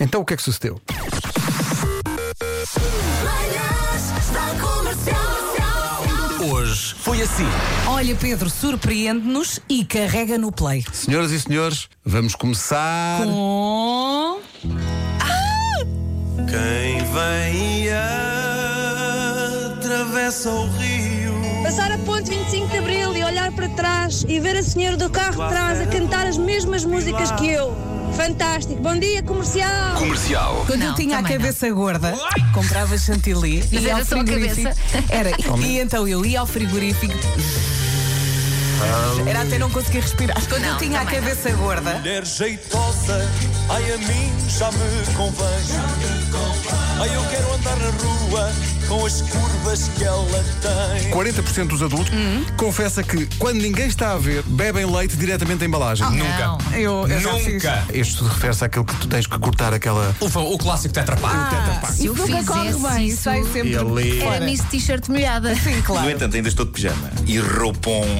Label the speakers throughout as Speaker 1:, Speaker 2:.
Speaker 1: Então o que é que sucedeu?
Speaker 2: Manhãs da Comercial.
Speaker 3: Hoje foi assim.
Speaker 4: Olha, Pedro, surpreende-nos e carrega no play.
Speaker 1: Senhoras e senhores, vamos começar.
Speaker 4: Com.
Speaker 5: Ah!
Speaker 3: Quem vem e atravessa o rio.
Speaker 6: Passar a ponte 25 de Abril e olhar para trás e ver a senhora do carro de trás a cantar as mesmas músicas que eu. Fantástico. Bom dia, comercial.
Speaker 3: Comercial.
Speaker 4: Quando
Speaker 7: Não,
Speaker 4: eu tinha a
Speaker 7: também
Speaker 4: cabeça gorda, comprava chantilly
Speaker 7: Mas
Speaker 4: e
Speaker 7: era
Speaker 4: ao
Speaker 7: só a
Speaker 4: frigorífico. Era, e, e então eu ia ao frigorífico. Era até não conseguir respirar. Quando eu
Speaker 7: Não,
Speaker 4: tinha a
Speaker 7: também não.
Speaker 4: cabeça gorda,
Speaker 5: Mulher jeitosa, ai a mim já me convém. Ai eu quero andar na rua com as curvas que ela tem.
Speaker 1: 40% dos adultos confessa que, quando ninguém está a ver, bebem leite diretamente da
Speaker 4: Ah.
Speaker 1: embalagem.
Speaker 7: Não.
Speaker 4: eu, eu já fiz.
Speaker 1: Este refere-se àquele que tu tens que cortar aquela.
Speaker 3: O, fa- o clássico tetrapack.
Speaker 7: Se eu
Speaker 4: Nunca corre
Speaker 7: fizesse
Speaker 4: bem,
Speaker 7: isso,
Speaker 4: sai sempre.
Speaker 1: E ali-
Speaker 7: era
Speaker 4: fora.
Speaker 7: Miss É T-shirt molhada.
Speaker 4: Sim,
Speaker 8: No
Speaker 4: claro.
Speaker 8: entanto, ainda estou de pijama. E roupon.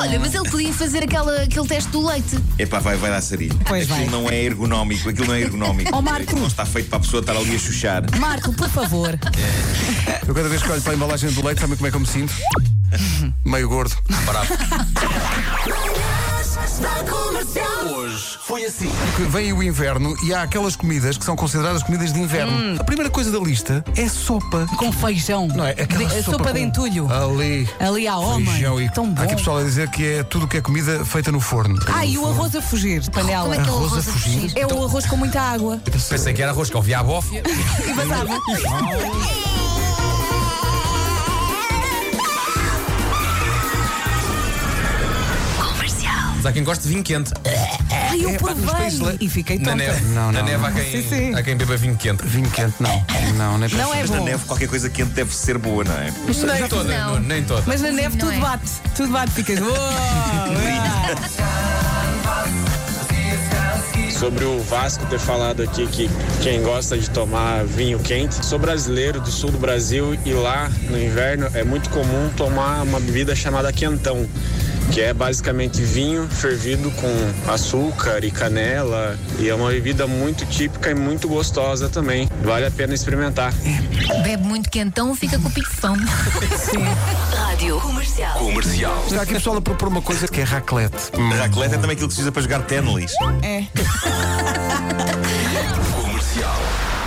Speaker 7: Olha, mas ele podia fazer aquela, aquele teste do leite.
Speaker 8: Epá, vai, vai dar sarilho.
Speaker 4: Pois
Speaker 8: aquilo
Speaker 4: vai.
Speaker 8: não é ergonómico, aquilo não é ergonómico.
Speaker 4: Ó, Marco.
Speaker 8: Aquilo Não está feito para a pessoa estar ali a chuchar.
Speaker 4: Marco, por favor.
Speaker 1: Eu cada vez que olho para a embalagem do leite, sabem como é que eu me sinto? Meio gordo.
Speaker 2: Manhãs da Comercial.
Speaker 3: Hoje foi assim.
Speaker 1: Porque vem o inverno e há aquelas comidas que são consideradas comidas de
Speaker 4: Hum.
Speaker 1: inverno. A primeira coisa da lista é sopa.
Speaker 4: Com feijão.
Speaker 1: Não é? Aquela
Speaker 4: De- a sopa
Speaker 1: com-
Speaker 4: de entulho.
Speaker 1: Ali.
Speaker 4: Ali à homem.
Speaker 1: Feijão e...
Speaker 4: Tão bom.
Speaker 1: Há aqui pessoal um a dizer que é tudo o que é comida feita no forno.
Speaker 4: Ah, e o arroz a fugir, panela.
Speaker 7: Como é que é o
Speaker 1: Arroz a
Speaker 7: arroz a
Speaker 1: fugir.
Speaker 7: fugir?
Speaker 4: É o arroz com muita água.
Speaker 3: Pensei que era arroz que ouvia a bófia.
Speaker 4: E vazava.
Speaker 3: Mas há quem goste de vinho quente.
Speaker 4: Ai, eu provei. E fiquei
Speaker 3: Na
Speaker 4: tonta.
Speaker 3: neve.
Speaker 1: Não,
Speaker 3: Na
Speaker 1: não,
Speaker 3: neve
Speaker 1: não.
Speaker 3: há quem,
Speaker 4: Sim, sim.
Speaker 3: há quem beba vinho quente.
Speaker 1: Vinho quente, não. Não, nem
Speaker 4: Não é
Speaker 8: Mas na
Speaker 4: bom.
Speaker 8: neve qualquer coisa quente deve ser boa, não é?
Speaker 3: Nem toda,
Speaker 7: não.
Speaker 3: Nuno, nem toda.
Speaker 4: Mas na neve
Speaker 7: não
Speaker 4: tudo
Speaker 7: é?
Speaker 4: bate. Tudo bate. Ficas. "Uou, uau."
Speaker 9: Sobre o Vasco ter falado aqui que quem gosta de tomar vinho quente, sou brasileiro do sul do Brasil e lá no inverno é muito comum tomar uma bebida chamada quentão, que é basicamente vinho fervido com açúcar e canela e é uma bebida muito típica e muito gostosa também. Vale a pena experimentar.
Speaker 7: Bebe muito quentão, fica com o pico de fome.
Speaker 8: Comercial.
Speaker 1: Está aqui pessoal a propor uma coisa que é raclette.
Speaker 8: Mas a atleta é também aquilo que se usa para jogar ténis.
Speaker 4: É.
Speaker 8: Comercial.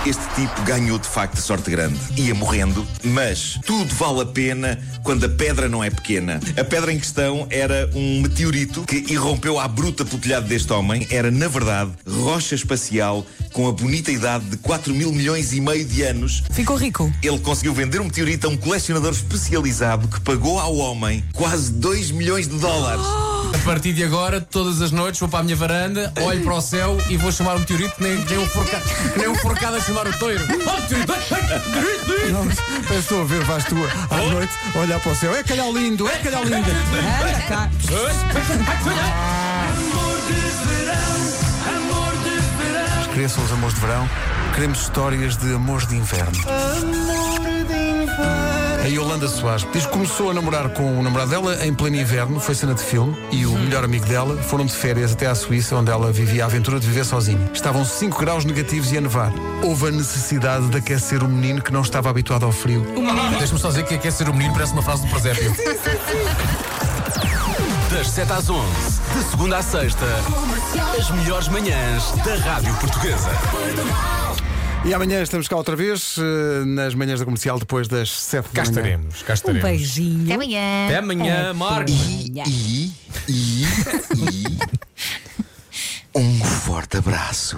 Speaker 8: Este tipo ganhou de facto sorte grande. Ia morrendo, mas tudo vale a pena quando a pedra não é pequena. A pedra em questão era um meteorito que irrompeu à bruta pelo telhado deste homem. Era, na verdade, rocha espacial com a bonita idade de 4 mil milhões e meio de anos
Speaker 4: Ficou rico.
Speaker 8: ele conseguiu vender um meteorito a um colecionador especializado que pagou ao homem quase 2 milhões de dólares.
Speaker 3: A partir de agora, todas as noites, vou para a minha varanda, olho para o céu e vou chamar um meteorito, nem, nem, um, forca, nem um forcado a chamar o toiro. Oh, meteorito! ai, ai, meteorito, meteorito.
Speaker 1: Não, mas estou a ver, vais tu à noite olhar para o céu. É calhau lindo, é calhau lindo.
Speaker 4: Anda cá.
Speaker 1: Cresçam os amores de verão. Queremos histórias de amores de inverno. A Yolanda Soares diz que começou a namorar com o namorado dela em pleno inverno, foi cena de filme, e o melhor amigo dela foram de férias até à Suíça, onde ela vivia a aventura de viver sozinha. Estavam 5 graus negativos e a nevar. Houve a necessidade de aquecer o menino que não estava habituado ao frio.
Speaker 3: Deixa-me só dizer que quer ser o menino parece uma frase do presépio.
Speaker 10: Das 7 às 11, de segunda à sexta, as melhores manhãs da Rádio Portuguesa.
Speaker 1: E amanhã estamos cá outra vez, eh, nas manhãs da comercial, depois das 7 da
Speaker 3: Cá
Speaker 1: manhã.
Speaker 3: estaremos, cá
Speaker 4: Um
Speaker 3: estaremos.
Speaker 4: beijinho.
Speaker 7: Até amanhã.
Speaker 3: Até amanhã, Marcos.
Speaker 8: E, e, e. Um forte abraço.